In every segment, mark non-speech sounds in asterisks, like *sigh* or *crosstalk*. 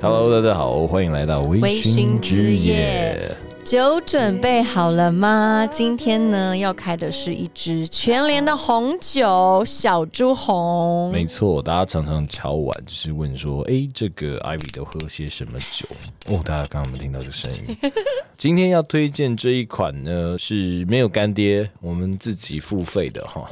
Hello，大家好，欢迎来到微嗯微醺醺之之夜夜。酒准备好了吗？今天呢，要开的是一支全联的红酒，小猪红。没错，大家常常敲碗，就是问说，哎、这个 Ivy 都喝些什么酒？哦，大家刚刚有没有听到这个声 *laughs* 音？今天要推荐这一款呢，是没有干爹，我们自己付费的哈。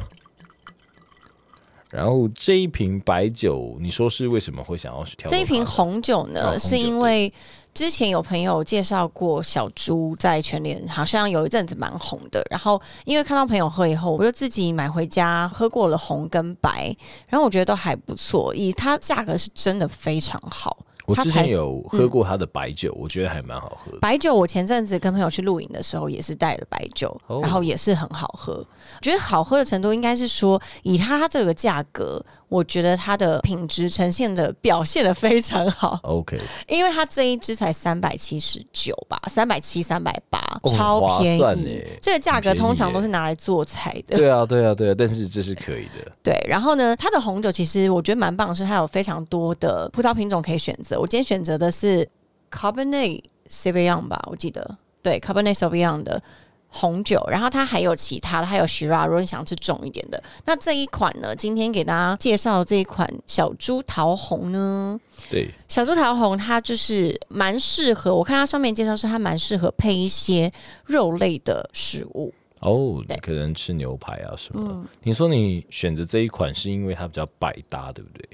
然后这一瓶白酒，你说是为什么会想要去挑它？这一瓶红酒哦呢，红酒是因为之前有朋友介绍过小猪在全联好像有一阵子蛮红的，然后因为看到朋友喝以后，我就自己买回家喝过了红跟白，然后我觉得都还不错，以它价格是真的非常好。我它之才嗯前有喝过它的白酒，我觉得还蛮好喝 *laughs* 的。白酒，我前阵子跟朋友去露营的时候也是带了白酒，哦然后也是很好喝。觉得好喝的程度应该是说，以它这个价格，我觉得它的品质呈现的表现的非常好， *laughs* OK，因为它这一支才三百七十九吧，三百七、三百八，哦超便划算宜耶。这个价格很便宜通常耶都是拿来做菜的，对啊，对啊，对啊，但是这是可以的。对，然后呢，它的红酒其实我觉得蛮棒，的是它有非常多的葡萄品种可以选择。我今天选择的是 Cabernet Sauvignon 吧，我记得对 Cabernet Sauvignon 的红酒，然后它还有其他的，还有 Shiraz，如果你想吃重一点的。那这一款呢，今天给大家介绍的这一款小猪桃红呢，对，小猪桃红它就是蛮适合，我看它上面介绍是它蛮适合配一些肉类的食物。哦，你对嗯可能吃牛排啊什么的。你说你选择这一款是因为它比较百搭，对不对？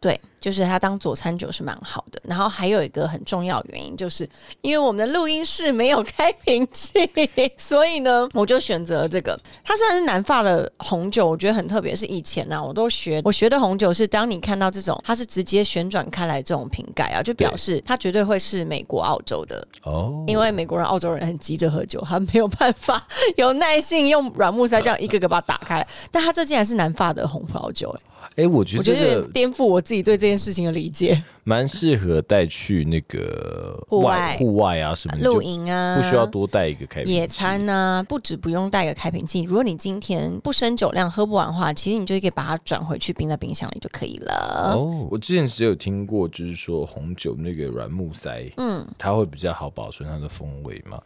对，就是它当佐餐酒是蛮好的。然后还有一个很重要原因，就是因为我们的录音室没有开瓶器， *laughs* 所以呢，我就选择这个。它虽然是南法的红酒，我觉得很特别。是以前啊，我都学我学的红酒是，当你看到这种它是直接旋转开来这种瓶盖啊，就表示它绝对会是美国、澳洲的，哦，因为美国人、澳洲人很急着喝酒，他没有办法 *laughs* 有耐性用软木塞这样一个个把它打开来。但它这竟然是南法的红葡萄酒、欸哎、我觉我得觉这得有点个颠覆我自己对这件事情的理解。蛮适合带去那个户外外户外啊什么的，露就营啊，不需要多带一个开瓶野器餐啊，不止不用带个开瓶器。如果你今天不生酒量喝不完的话，其实你就可以把它转回去冰在冰箱里就可以了。哦，我之前只有听过，就是说红酒那个软木塞，嗯，它会比较好保存它的风味嘛，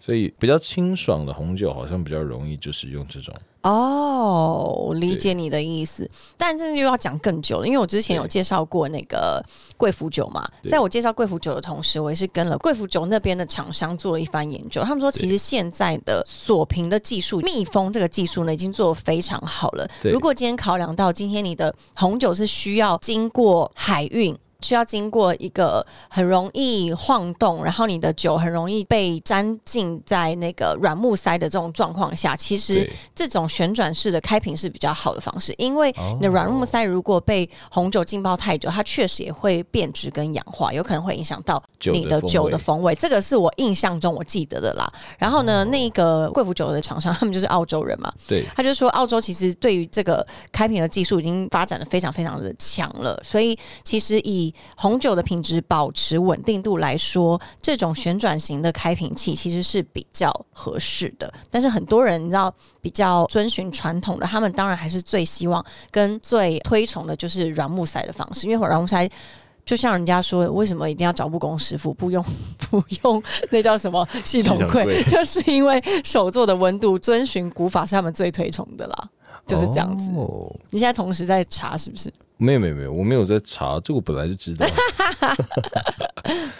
所以比较清爽的红酒好像比较容易，就是用这种哦，我理解你的意思，但这又要讲更久了，因为我之前有对介绍过那个贵腐酒嘛，对在我介绍贵腐酒的同时，我也是跟了贵腐酒那边的厂商做了一番研究，他们说其实现在的锁瓶的技术，密封这个技术呢已经做得非常好了。对如果今天考量到今天你的红酒是需要经过海运。需要经过一个很容易晃动，然后你的酒很容易被沾浸在那个软木塞的这种状况下，其实对这种旋转式的开瓶是比较好的方式，因为哦你的软木塞如果被红酒浸泡太久，它确实也会变质跟氧化，有可能会影响到酒你的风酒味的风味。这个是我印象中我记得的啦。然后哦呢，那个贵腐酒的厂商他们就是澳洲人嘛，对他就说澳洲其实对于这个开瓶的技术已经发展的非常非常的强了，所以其实以红酒的品质保持稳定度来说，这种旋转型的开瓶器其实是比较合适的。但是很多人你知道比较遵循传统的，他们当然还是最希望跟最推崇的就是软木塞的方式，因为软木塞。就像人家说，为什么一定要找木工师傅，不用 *laughs* 不用那叫什么系统系统柜柜，就是因为手做的温度遵循古法是他们最推崇的啦， *laughs* 就是这样子。哦你现在同时在查是不是？没有没有没有，我没有在查，这个我本来就知 *laughs* 道。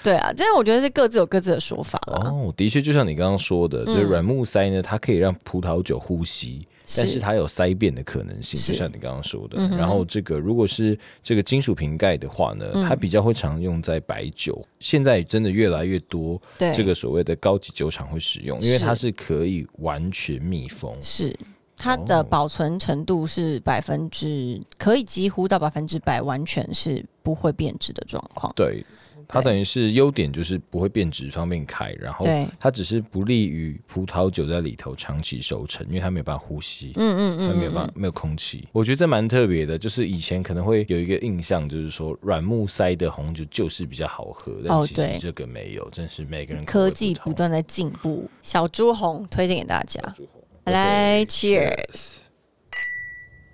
对啊，但是我觉得是各自有各自的说法啦。哦，的确，就像你刚刚说的，这嗯软木塞呢，它可以让葡萄酒呼吸，但是是它有塞变的可能性，就是嗯像你刚刚说的。然后这个如果是这个金属瓶盖的话呢，它比较会常用在白酒。现在真的越来越多对，这个所谓的高级酒厂会使用，因为是它是可以完全密封。是它的保存程度是百分之，可以几乎到百分之百，完全是不会变质的状况。对，它对等于是优点就是不会变质，方便开，然后对它只是不利于葡萄酒在里头长期熟成，因为它没有办法呼吸。嗯它嗯嗯没有办法，没有空气。我觉得这蛮特别的，就是以前可能会有一个印象，就是说软木塞的红酒就是比较好喝，但哦其实对这个没有，真是每个人口味科技不不同。断在进步，小猪红推荐给大家。猪红来 OK， ，Cheers！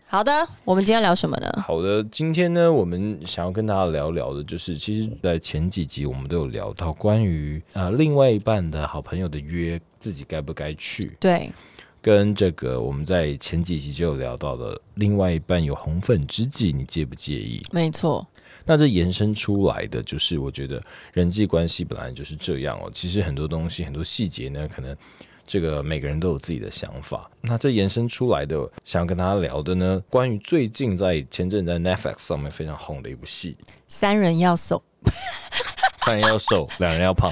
好的，我们今天聊什么呢？好的，今天呢，我们想要跟大家聊聊的，就是其实，在前几集我们都有聊到关于呃另外一半的好朋友的约，自己该不该去，对，跟这个我们在前几集就有聊到的，另外一半有红粉知己，你介不介意？没错，那这延伸出来的就是，我觉得人际关系本来就是这样哦。其实很多东西、很多细节呢，可能这个每个人都有自己的想法。那这延伸出来的，想要跟大家聊的呢，关于最近在前阵在 Netflix 上面非常红的一部戏三人要守， 《三人要瘦，两人要胖》。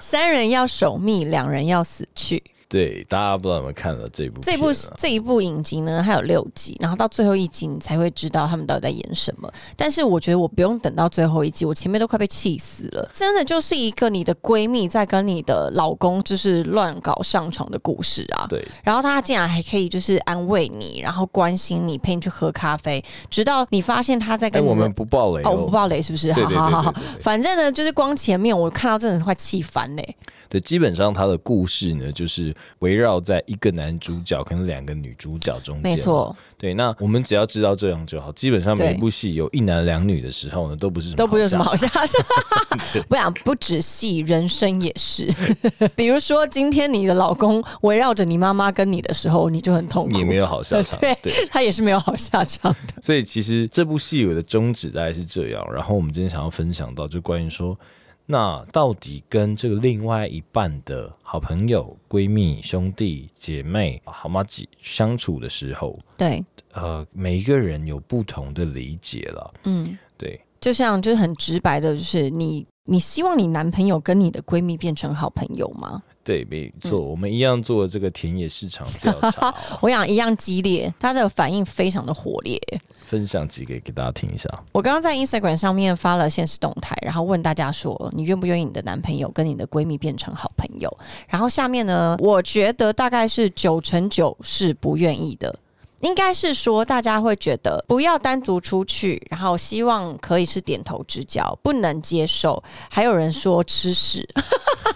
三人要守密，两人要死去。对，大家不知道有没有看了这部这片啊、部这一部影集呢，它有六集，然后到最后一集你才会知道他们到底在演什么。但是我觉得我不用等到最后一集，我前面都快被气死了。真的就是一个你的闺蜜在跟你的老公就是乱搞上床的故事啊。对然后他竟然还可以就是安慰你，然后关心你，陪你去喝咖啡，直到你发现他在哎、跟你的、我们不爆雷哦，我们不知道雷是不是？对好对对好好对好，对对反正呢就是光前面我看到真的是快气翻嘞、对，基本上它的故事呢，就是围绕在一个男主角跟两个女主角中间。没错，对，那我们只要知道这样就好。基本上每对一部戏有一男两女的时候呢，都不是都不是有什么下好笑， *laughs* 不想不止戏，人生也是。 *laughs* 比如说，今天你的老公围绕着你妈妈跟你的时候，你就很痛苦，也没有好下场。对对，他也是没有好下场。所以其实这部戏有的宗旨大概是这样。然后我们今天想要分享到，就关于说，那到底跟这个另外一半的好朋友、闺蜜、兄弟、姐妹、好妈几相处的时候，对，呃，每一个人有不同的理解了。嗯，对，就像就是很直白的，就是你你希望你男朋友跟你的闺蜜变成好朋友吗？对，没错，嗯我们一样做这个田野市场调 *laughs* 查哦，我想一样激烈，他的反应非常的火烈。分享几个给大家听一下。我刚刚在 Instagram 上面发了现实动态，然后问大家说，你愿不愿意你的男朋友跟你的闺蜜变成好朋友？然后下面呢，我觉得大概是九成九是不愿意的。应该是说，大家会觉得不要单独出去，然后希望可以是点头之交，不能接受。还有人说吃屎， *laughs*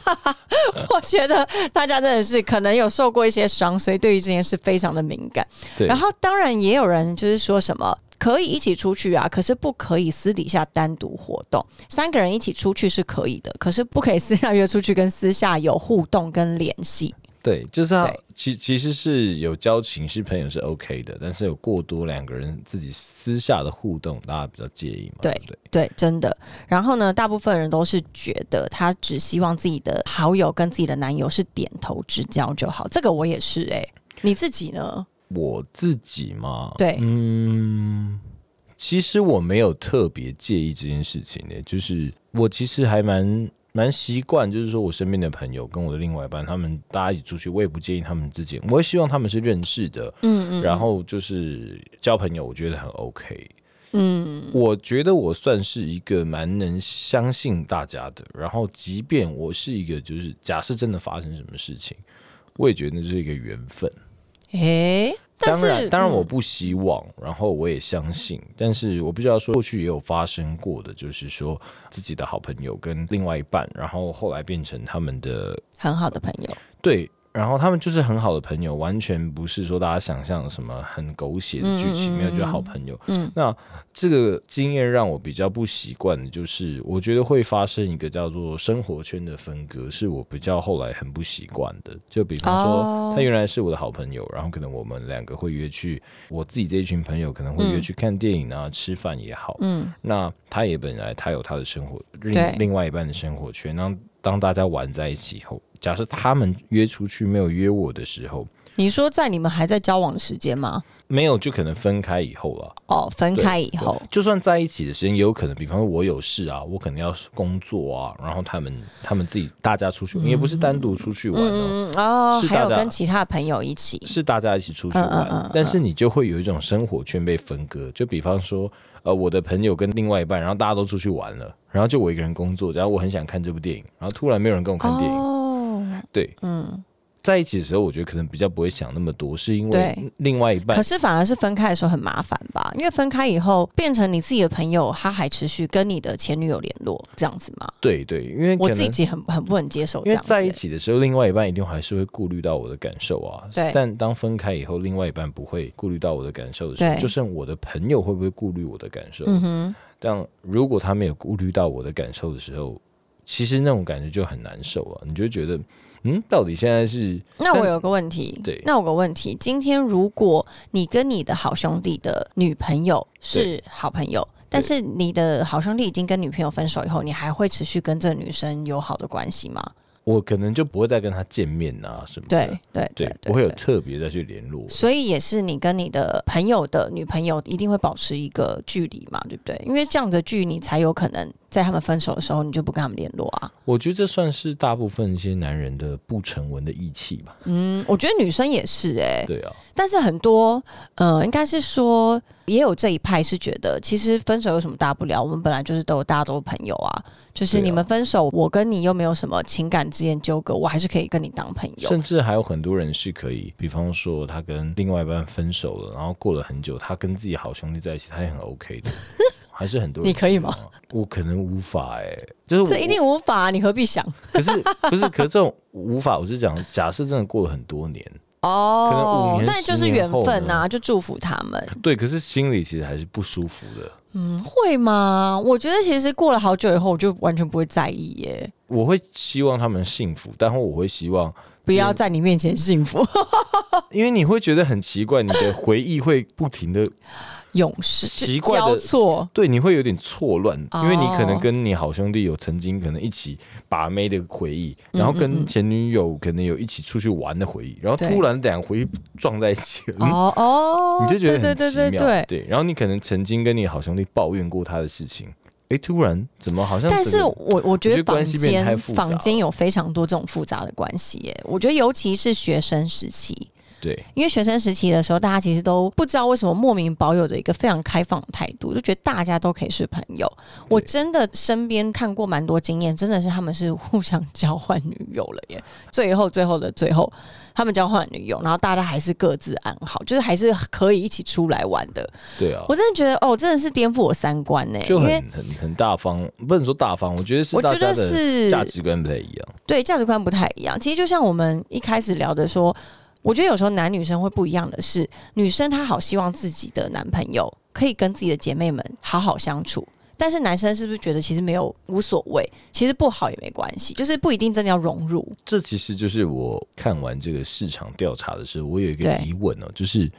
我觉得大家真的是可能有受过一些伤，所以对于这件事非常的敏感。对，然后当然也有人就是说什么。可以一起出去啊，可是不可以私底下单独活动。三个人一起出去是可以的，可是不可以私下约出去，跟私下有互动跟联系。对，就是他对其其实是有交情是朋友是 OK 的，但是有过多两个人自己私下的互动，大家比较介意嘛？对对不对？对，真的。然后呢，大部分人都是觉得他只希望自己的好友跟自己的男友是点头之交就好。这个我也是哎、你自己呢？哦我自己嘛，对嗯，其实我没有特别介意这件事情的，就是我其实还蛮蛮习惯，就是说我身边的朋友跟我的另外一半，他们大家一起出去，我也不介意他们之间，我也希望他们是认识的，嗯然后就是交朋友，我觉得很 OK。嗯，我觉得我算是一个蛮能相信大家的，然后即便我是一个就是假设真的发生什么事情，我也觉得那是一个缘分。诶、但当是然，当然我嗯不希望，然后我也相信，但是我必须要说，过去也有发生过的，就是说自己的好朋友跟另外一半，然后后来变成他们的很好的朋友，对，然后他们就是很好的朋友，完全不是说大家想象的什么很狗血的剧情，嗯嗯嗯没有就好朋友。嗯，那这个经验让我比较不习惯的就是，我觉得会发生一个叫做生活圈的分割，是我比较后来很不习惯的。就比方哦说，他原来是我的好朋友，然后可能我们两个会约去，我自己这一群朋友可能会约嗯去看电影啊、吃饭也好，嗯，那他也本来他有他的生活，对另另外一半的生活圈。当当大家玩在一起后，假设他们约出去没有约我的时候，你说在你们还在交往的时间吗？没有就可能分开以后了。哦，分开以后，就算在一起的时间，也有可能，比方说我有事啊，我可能要工作啊，然后他们他们自己大家出去，也不是单独出去玩哦。嗯哦，是还有大家跟其他的朋友一起，是大家一起出去玩，啊嗯嗯嗯嗯但是你就会有一种生活圈被分割。就比方说，呃，我的朋友跟另外一半，然后大家都出去玩了，然后就我一个人工作，然后我很想看这部电影，然后突然没有人跟我看电影，哦，对，嗯，在一起的时候，我觉得可能比较不会想那么多，是因为对另外一半可是反而是分开的时候很麻烦吧？因为分开以后变成你自己的朋友，他还持续跟你的前女友联络，这样子吗？对对，因为我可自能己很很不能接受这因为样子。在一起的时候，另外一半一定还是会顾虑到我的感受啊。对但当分开以后，另外一半不会顾虑到我的感受的时候，对就剩我的朋友会不会顾虑我的感受？嗯哼，但如果他没有顾虑到我的感受的时候，其实那种感觉就很难受啊。你就会觉得，嗯，到底现在是那我但有个问题，对那我有个问题，今天如果你跟你的好兄弟的女朋友是好朋友，但是你的好兄弟已经跟女朋友分手以后，你还会持续跟这个女生有好的关系吗？我可能就不会再跟他见面啊什么的，对对对，不会有特别再去联络。啊所以也是你跟你的朋友的女朋友一定会保持一个距离嘛，对不对？因为这样的距离，你才有可能在他们分手的时候，你就不跟他们联络啊。我觉得这算是大部分一些男人的不成文的义气吧。嗯，我觉得女生也是哎、对啊，但是很多呃，应该是说也有这一派是觉得，其实分手有什么大不了？我们本来就是都有大家都是朋友啊，就是对啊你们分手，我跟你又没有什么情感之间纠葛，我还是可以跟你当朋友。甚至还有很多人是可以，比方说他跟另外一半分手了，然后过了很久，他跟自己好兄弟在一起，他也很 OK *laughs* 的，还是很多人你可以 *laughs* 吗是这样啊？我可能无法哎、就是我这一定无法，你何必想？可是不是？可是这种无法，我是讲，假设真的过了很多年，可能五哦年那就是十年缘后分呢啊，就祝福他们。对，可是心里其实还是不舒服的。嗯，会吗？我觉得其实过了好久以后，我就完全不会在意耶，我会希望他们幸福，但我会希望，不要在你面前幸福 *laughs* 因为你会觉得很奇怪，你的回忆会不停的勇士就奇怪的交错。对，你会有点错乱，哦因为你可能跟你好兄弟有曾经可能一起把妹的回忆，然后嗯跟前女友可能有一起出去玩的回忆，然后对突然两个回忆撞在一起了，嗯哦哦，你就觉得对很对奇对对妙。对。对，然后你可能曾经跟你好兄弟抱怨过他的事情，诶，突然怎么好像但整是个我我觉我觉得得关坊系变得太间复杂坊间有非常多这种复杂的关系耶，我觉得尤其是学生时期，对因为学生时期的时候，大家其实都不知道为什么莫名保有着一个非常开放的态度，就觉得大家都可以是朋友。我真的身边看过蛮多经验，真的是他们是互相交换女友了耶。最后最后的最后，他们交换女友，然后大家还是各自安好，就是还是可以一起出来玩的。对啊我，真的觉得哦，真的是颠覆我三观呢，就因为很很很大方，不能说大方，我觉得是我大觉家得的是价值观不太一样。对价值观不太一样。其实就像我们一开始聊的说，我觉得有时候男女生会不一样的是，女生她好希望自己的男朋友可以跟自己的姐妹们好好相处。但是男生是不是觉得其实没有无所谓，其实不好也没关系，就是不一定真的要融入。这其实就是我看完这个市场调查的时候，我有一个对疑问哦，就是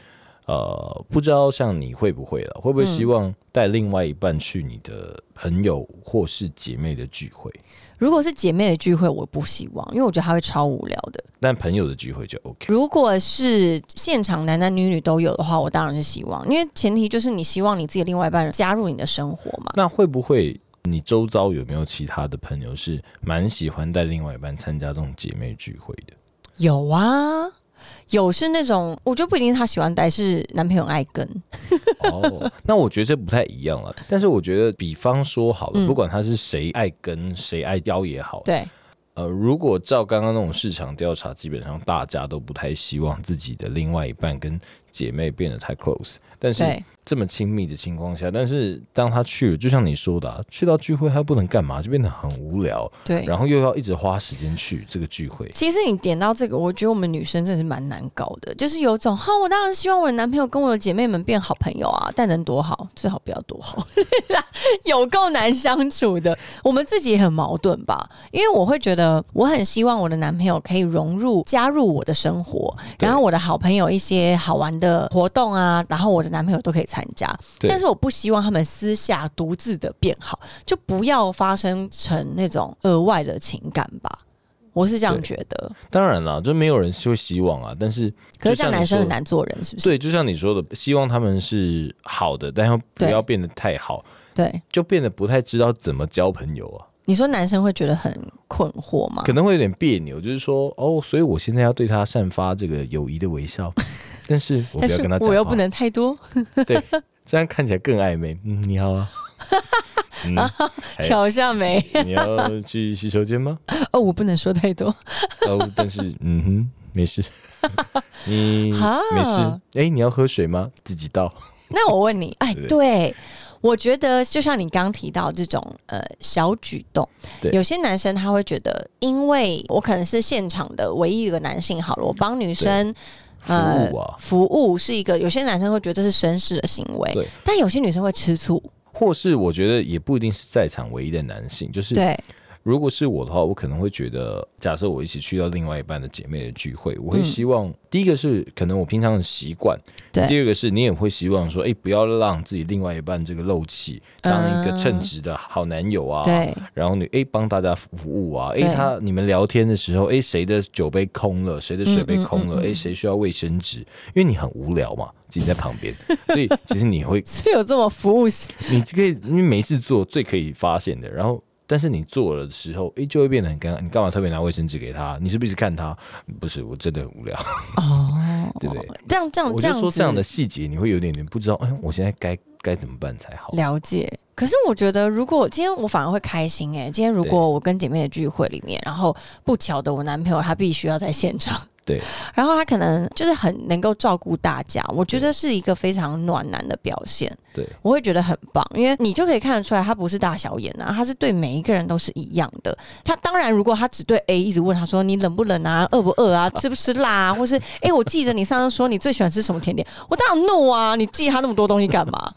呃，不知道像你会不会了，会不会希望带另外一半去你的朋友或是姐妹的聚会？如果是姐妹的聚会，我不希望，因为我觉得她会超无聊的。但朋友的聚会就 OK。如果是现场男男女女都有的话，我当然是希望，因为前提就是你希望你自己的另外一半加入你的生活嘛。那会不会你周遭有没有其他的朋友是蛮喜欢带另外一半参加这种姐妹聚会的？有啊，有是那种，我觉得不一定是他喜欢带，是男朋友爱跟。哦， *laughs* 那我觉得这不太一样了。但是我觉得，比方说好了，嗯不管他是谁爱跟谁爱邀也好，对，呃，如果照刚刚那种市场调查，基本上大家都不太希望自己的另外一半跟姐妹变得太 close。但是对，这么亲密的情况下，但是当他去了，就像你说的、啊，去到聚会他不能干嘛，就变得很无聊，对。然后又要一直花时间去这个聚会。其实你点到这个，我觉得我们女生真的是蛮难搞的，就是有种哈、我当然希望我的男朋友跟我的姐妹们变好朋友啊，但能多好， *laughs* 最好不要多好，有够难相处的。我们自己也很矛盾吧，因为我会觉得我很希望我的男朋友可以融入、加入我的生活，对然后我的好朋友一些好玩的活动啊，然后我的男朋友都可以参加，对但是我不希望他们私下独自的变好，就不要发生成那种额外的情感吧。我是这样对觉得，当然啦，就没有人是会希望啊，但是可就是这像样你男生说很难做人，是不是？对，就像你说的，希望他们是好的，但要不对要变得太好，对，就变得不太知道怎么交朋友啊。你说男生会觉得很困惑吗可？能会有点别扭，就是说哦，所以我现在要对他散发这个友谊的微 *laughs* 笑，但是我不但要是跟他讲我话，又不能太多，对，这样看起来更暧昧。嗯，你好 *laughs* 啊，嗯，哎挑一下 *laughs* 眉。你要去洗手间吗？哦，我不能说太多。哦，但是嗯哼，没 *laughs* 事，你哈没事。哎、你要喝水吗？自己倒。那我问你，哎，对对，我觉得就像你刚提到这种呃小举动对，有些男生他会觉得，因为我可能是现场的唯一一个男性，好了，我帮女生。服呃务啊，服务是一个有些男生会觉得这是绅士的行对为，但有些女生会吃醋。或是我觉得也不一定是在场唯一的男性，就是对，如果是我的话，我可能会觉得，假设我一起去到另外一半的姐妹的聚会，我会嗯希望、第一个是可能我平常的习惯，对第二个是你也会希望说，哎、不要让自己另外一半这个漏气，当一个称职的好男友啊。对，然后你哎帮大家服务啊，哎对他你们聊天的时候，哎谁的酒杯空了，谁的水杯空了，嗯嗯嗯哎、嗯谁需要卫生纸，因为你很无聊嘛，自己在旁边，所以其实你会 *laughs* 是有这么服务性。你可以因为没事做最可以发现的，然后但是你做了的时候，诶，就会变得很尴尬。你干嘛特别拿卫生纸给他？你是不是一直看他？不是，我真的很无聊。哦，对不对？这样这样我这就样说子这样的细节，你会有点点不知道，哎，我现在该该怎么办才好？了解。可是我觉得，如果今天我反而会开心哎、今天如果我跟姐妹的聚会里面，然后不巧的我男朋友他必须要在现场，对，然后他可能就是很能够照顾大家，我觉得是一个非常暖男的表现，对我会觉得很棒，因为你就可以看得出来，他不是大小眼啊，他是对每一个人都是一样的。他当然，如果他只对 A 一直问他说你冷不冷啊，饿不饿啊，吃不吃辣啊，或是哎、我记得你上次说你最喜欢吃什么甜点，我当然怒啊，你记他那么多东西干嘛？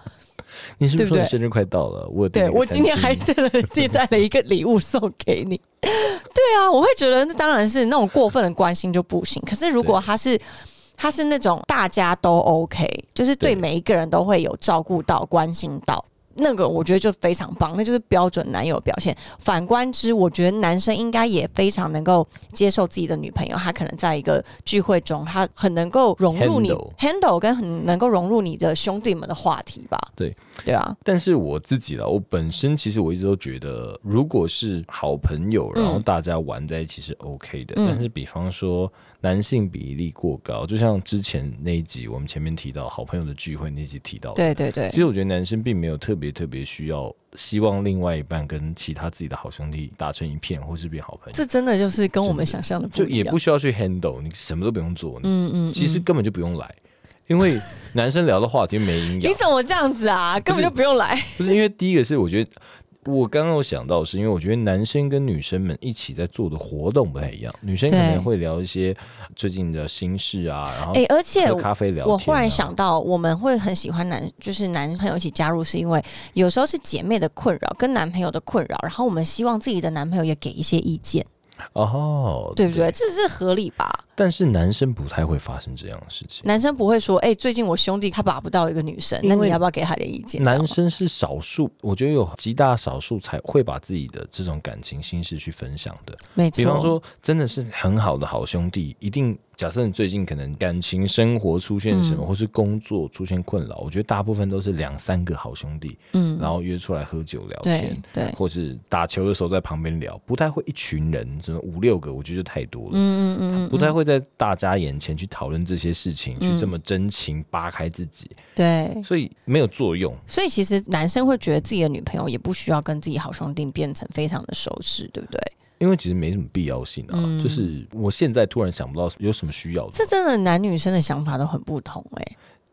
你是不是对不说对你生日快到了？我有订对了个我今天还餐巾带了 *laughs* 带带了一个礼物送给你。 *laughs* 对啊，我会觉得那当然是那种过分的关心就不行。可是如果他是他是那种大家都 OK，就是对对每一个人都会有照顾到、关心到。那个我觉得就非常棒，那就是标准男友的表现。反观之，我觉得男生应该也非常能够接受自己的女朋友，她可能在一个聚会中，她很能够融入你 Handle handle 跟很能够融入你的兄弟们的话题吧。对，对啊，但是我自己啦，我本身其实我一直都觉得，如果是好朋友，嗯然后大家玩在一起是 OK 的。嗯但是比方说男性比例过高，就像之前那一集我们前面提到好朋友的聚会那一集提到的，对对对其。实我觉得男生并没有特别特别需要希望另外一半跟其他自己的好兄弟打成一片，或是变好朋友，这真的就是跟我们想象的不就一也样。不需要去 handle，你什么都不用做，你嗯嗯，其实根本就不用来，因 *laughs* 为男生聊的话题没营你养。怎么这样子啊？根本就不用来。不是因为第一个是我觉得。我刚刚有想到，是因为我觉得男生跟女生们一起在做的活动不太一样，女生可对能会聊一些最近的心事啊，然后哎、而且喝咖啡聊天、啊我忽然想，到，我们会很喜欢男，就是男朋友一起加入，是因为有时候是姐妹的困扰跟男朋友的困扰，然后我们希望自己的男朋友也给一些意见，哦，对不对？这是合理吧？但是男生不太会发生这样的事情。男生不会说，哎、最近我兄弟他把不到一个女生，因那为你要不要给他点意见？男生是少数，我觉得有极大少数才会把自己的这种感情心事去分享的。没错，比方说，真的是很好的好兄弟，一定假设你最近可能感情生活出现什么，嗯或是工作出现困扰，我觉得大部分都是两三个好兄弟，嗯，然后约出来喝酒聊对天，对，或是打球的时候在旁边聊，不太会一群人，什么五六个，我觉得就太多了。嗯嗯嗯，嗯不太会在大家眼前去讨论这些事情，去嗯这么真情扒开自己，对。所以没有作用。所以其实男生会觉得自己的女朋友也不需要跟自己好兄弟变成非常的熟识，对不对？因为其实没什么必要性啊，嗯就是我现在突然想不到有什么需要这的，真的男女生的想法都很不同哎、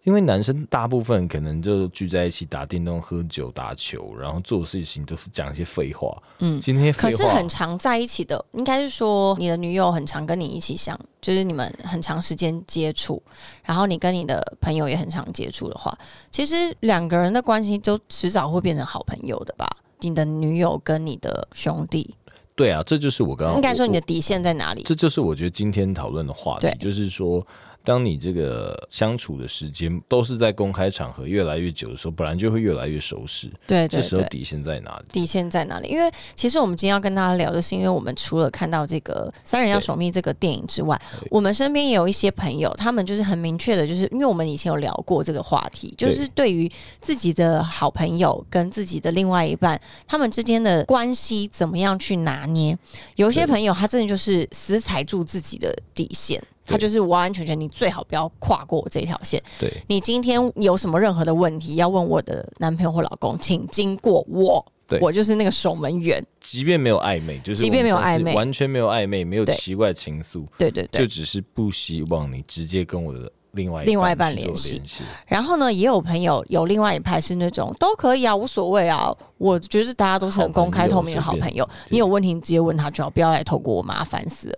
因为男生大部分可能就聚在一起打电动、喝酒、打球，然后做事情都是讲一些废话。嗯今天可废是话很常在一起的，应该是说你的女友很常跟你一起相，就是你们很长时间接触，然后你跟你的朋友也很常接触的话，其实两个人的关系都迟早会变成好朋友的吧？你的女友跟你的兄弟，对啊，这就是我刚刚应该说你的我底线在哪里我？这就是我觉得今天讨论的话题对，就是说。当你这个相处的时间都是在公开场合越来越久的时候，本来就会越来越熟识。对对这时对候。底线在哪里？底线在哪里？因为其实我们今天要跟大家聊的是，因为我们除了看到这个《三人要守密》这个电影之外对，我们身边也有一些朋友，他们就是很明确的，就是因为我们以前有聊过这个话题，对就是对于自己的好朋友跟自己的另外一半，他们之间的关系怎么样去拿捏？有一些对朋友他真的就是死踩住自己的底线。他对就是完完全全，你最好不要跨过我这条线。对，你今天有什么任何的问题要问我的男朋友或老公，请经过我。对我就是那个守门员。即便没有暧昧，就是即便没有我们算是暧昧完全没有暧昧，没有对奇怪情愫，对对就对。只是不希望你直接跟我的另外另外一半去做联系联系。然后呢，也有朋友有另外一派是那种都可以啊，无所谓啊。我觉得大家都是很公好开朋友透明的好随便朋友，对你有问题你直接问他就好，不要来透过我麻烦死了。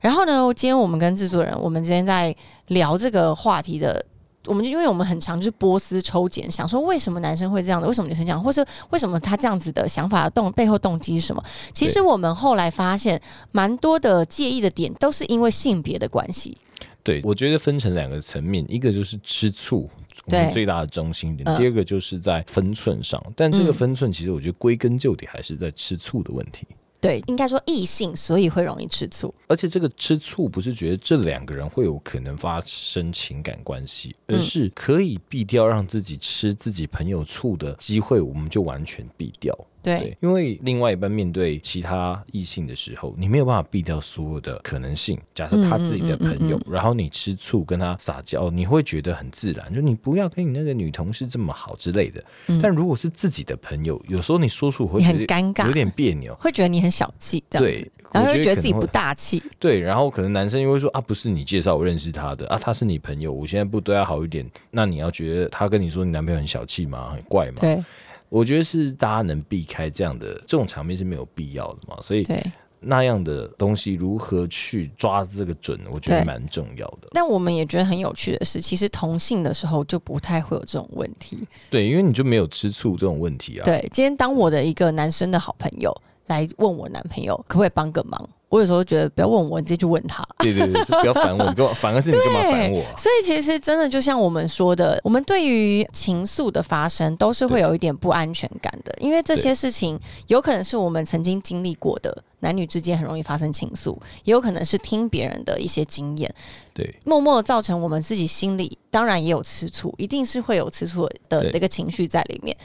然后呢，今天我们跟制作人，我们今天在聊这个话题的。我们就因为我们很常就是波斯抽检，想说为什么男生会这样的，为什么女生这样，或是为什么他这样子的想法动背后动机是什么？其实对我们后来发现，蛮多的介意的点都是因为性别的关系。对，我觉得分成两个层面，一个就是吃醋，我对们最大的中心点；嗯第二个就是在分寸上，但这个嗯分寸其实我觉得归根究底还是在吃醋的问题。对，应该说异性，所以会容易吃醋。而且这个吃醋不是觉得这两个人会有可能发生情感关系，而嗯是可以避掉让自己吃自己朋友醋的机会，我们就完全避掉。对，，因为另外一半面对其他异性的时候，你没有办法避掉所有的可能性。假设他自己的朋友，嗯嗯嗯然后你吃醋跟他撒娇，你会觉得很自然，就你不要跟你那个女同事这么好之类的。嗯但如果是自己的朋友，有时候你说出我会你觉很得尴尬有点别扭。会觉得你很小气这样子对，然后我又觉得觉得可自己能不会嗯大气。对，然后可能男生又会说啊，不是你介绍我认识他的啊，他是你朋友，我现在不对他好一点，那你要觉得他跟你说你男朋友很小气吗？很怪吗？对我觉得是大家能避开这样的这种场面是没有必要的嘛，所以对，那样的东西如何去抓这个准，我觉对得蛮重要的。但我们也觉得很有趣的是，其实同性的时候就不太会有这种问题。对，因为你就没有吃醋这种问题啊。对，今天当我的一个男生的好朋友来问我男朋友可不可以帮个忙，我有时候觉得不要问我，你直接去问他。对对对，就不要烦我，你干嘛？反而是你干嘛烦我啊、所以其实真的就像我们说的，我们对于情愫的发生都是会有一点不安全感的，因为这些事情有可能是我们曾经经历过的，男女之间很容易发生情愫，也有可能是听别人的一些经验，对默默地造成我们自己心里当然也有吃醋，一定是会有吃醋的对这个情绪在里面。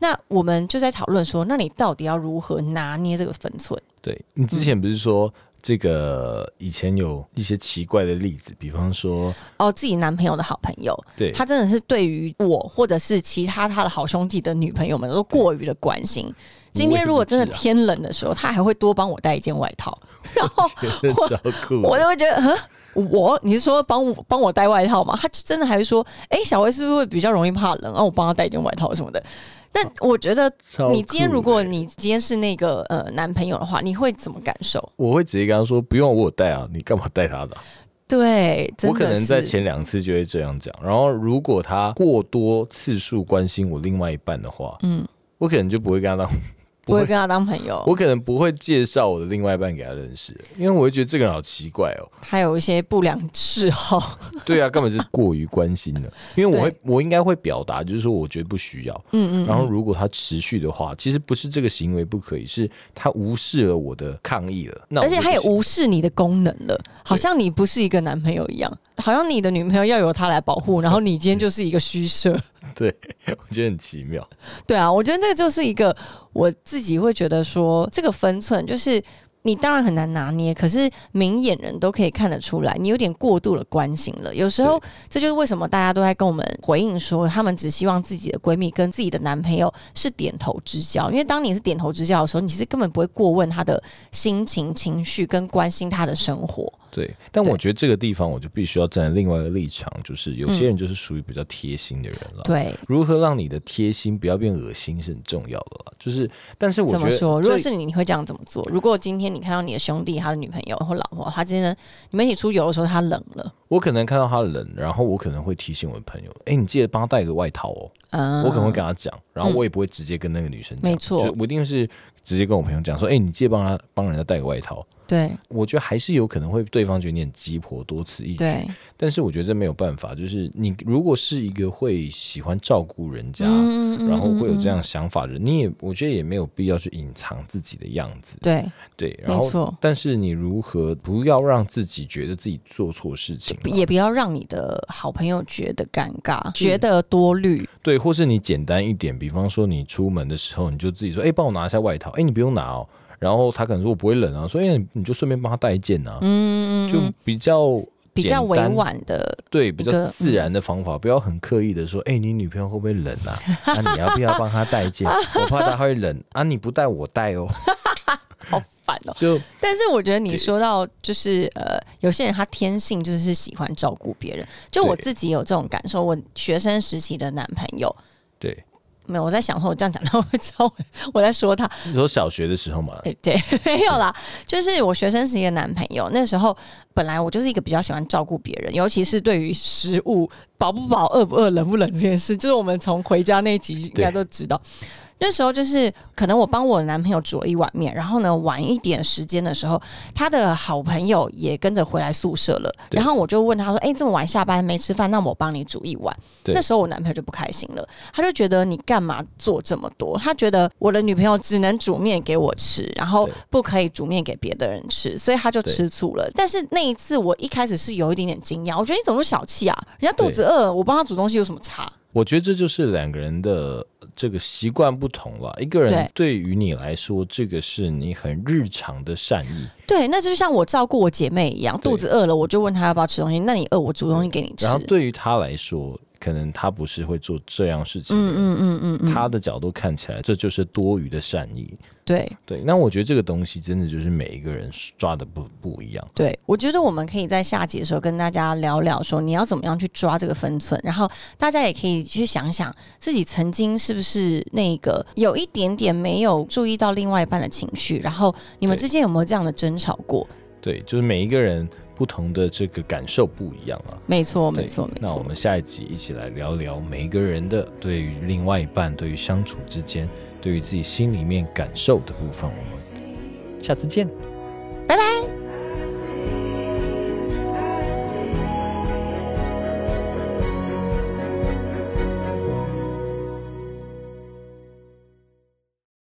那我们就在讨论说，那你到底要如何拿捏这个分寸？对，你之前不是说这个以前有一些奇怪的例子，比方 *laughs* 说， *laughs* 哦，自己男朋友的好朋友，对，他真的是对于我或者是其他他的好兄弟的女朋友们都过于的关心。今天如果啊真的天冷的时候，他还会多帮我带一件外套，然后真的超酷的，我都会觉得，嗯，我你是说帮我帮我带外套吗？他就真的还会说，哎、小薇是不是会比较容易怕冷？啊，我帮他带一件外套什么的。但我觉得，超你今天酷如果的你今天是那个呃男朋友的话，你会怎么感受？我会直接跟他说不用我有带啊，你干嘛带他的啊、对，真我的可能是在前两次就会这样讲，然后如果他过多次数关心我另外一半的话，嗯，哦我可能就不会跟他当，不会跟他当朋友，我可能不会介绍我的另外一半给他认识，因为我会觉得这个人好奇怪 *laughs* 哦。他有一些不良嗜好。 *laughs* 对啊，根本是过于关心了，因为我会对，我应该会表达，就是说我觉得不需要。嗯嗯嗯，然后如果他持续的话，其实不是这个行为不可以，是他无视了我的抗议了。那我而且就他也不行无视你的功能了，好像你不是一个男朋友一样，好像你的女朋友要由他来保护，然后你今天就是一个虚设。对， *laughs* 我觉得很奇妙。对啊，我觉得这个就是一个我自己会觉得说这个分寸就是。你当然很难拿捏，可是明眼人都可以看得出来，你有点过度的关心了。有时候，这就是为什么大家都在跟我们回应说，他们只希望自己的闺蜜跟自己的男朋友是点头之交，因为当你是点头之交的时候，你其实根本不会过问他的心情、情绪跟关心他的生活。对，但对我觉得这个地方我就必须要站在另外一个立场，就是有些嗯人就是属于比较贴心的人了。对，如何让你的贴心不要变恶心是很重要的啦。就是，但是我怎觉么得说？如这果是你，你会这样怎么做？如果今天你看到你的兄弟、他的女朋友或老婆，他今天你们一起出游的时候，他冷了，我可能看到他冷，然后我可能会提醒我的朋友，哎、你记得帮他带个外套哦。嗯，我可能会跟他讲，然后我也不会直接跟那个女生讲，没错就我一定是直接跟我朋友讲说，哎、你记得帮他帮人家带个外套。对我觉得还是有可能会对方觉得你很鸡婆，多此一举。对，但是我觉得这没有办法，就是你如果是一个会喜欢照顾人家，嗯然后会有这样想法的人，你也我觉得也没有必要去隐藏自己的样子，对，对，啊然没后。错，但是你如何不要让自己觉得自己做错事情啊嘛，也不要让你的好朋友觉得尴尬，觉得多虑。对，或是你简单一点，比方说你出门的时候，你就自己说，哎、帮我拿一下外套，哎、你不用拿哦。哎然后他可能说我不会冷啊，所以你你就顺便帮他带一件啊，嗯，嗯就嗯比较比较委简单婉的对比一较个嗯自然的方法，不要很刻意的说，哎、你女朋友会不会冷啊？ *laughs* 啊，你要不要帮她带件？我怕她会冷啊，你不带我带哦，好烦哦。 *laughs* 就但是我觉得你对说到就是呃，有些人他天性就是喜欢照顾别人，就我对自己有这种感受。我学生时期的男朋友，对。没有我在想说，我这样讲 *laughs* 他会知道我我 *laughs* 在说他，你说小学的时候嘛，哎、对， *laughs* 没有啦，就是我学生时期的男朋友，那时候本来我就是一个比较喜欢照顾别人，尤其是对于食物饱不饱、饿不饿、冷不冷这件事，就是我们从回家那一集应该都知道。那时候就是可能我帮我男朋友煮了一碗面，然后呢晚一点时间的时候，他的好朋友也跟着回来宿舍了，对然后我就问他说：“哎、这么晚下班没吃饭，那我帮你煮一碗。”对那时候我男朋友就不开心了，他就觉得你干嘛做这么多？他觉得我的女朋友只能煮面给我吃，然后对不可以煮面给别的人吃，所以他就对吃醋了。但是那一次我一开始是有一点点惊讶，我觉得你怎么那么小气啊？人家肚子饿，我帮他煮东西有什么差？我觉得这就是两个人的这个习惯不同了。一个人对于你来说，这个是你很日常的善意，对，那就像我照顾我姐妹一样，对肚子饿了我就问她要不要吃东西，那你饿我煮东西给你吃然。后对于他来说，可能他不是会做这样事情的嗯人，嗯嗯嗯嗯，他的角度看起来，这就是多余的善意。对对，那我觉得这个东西真的就是每一个人抓的不不一样。对，我觉得我们可以在下集的时候跟大家聊聊，说你要怎么样去抓这个分寸，然后大家也可以去想想自己曾经是不是那个有一点点没有注意到另外一半的情绪，然后你们对之间有没有这样的争吵过？对，就是每一个人不同的这个感受不一样啊。没错，对没错，没那我错。们下一集一起来聊聊每一个人的对于另外一半、对于相处之间、对于自己心里面感受的部分。我们下次见，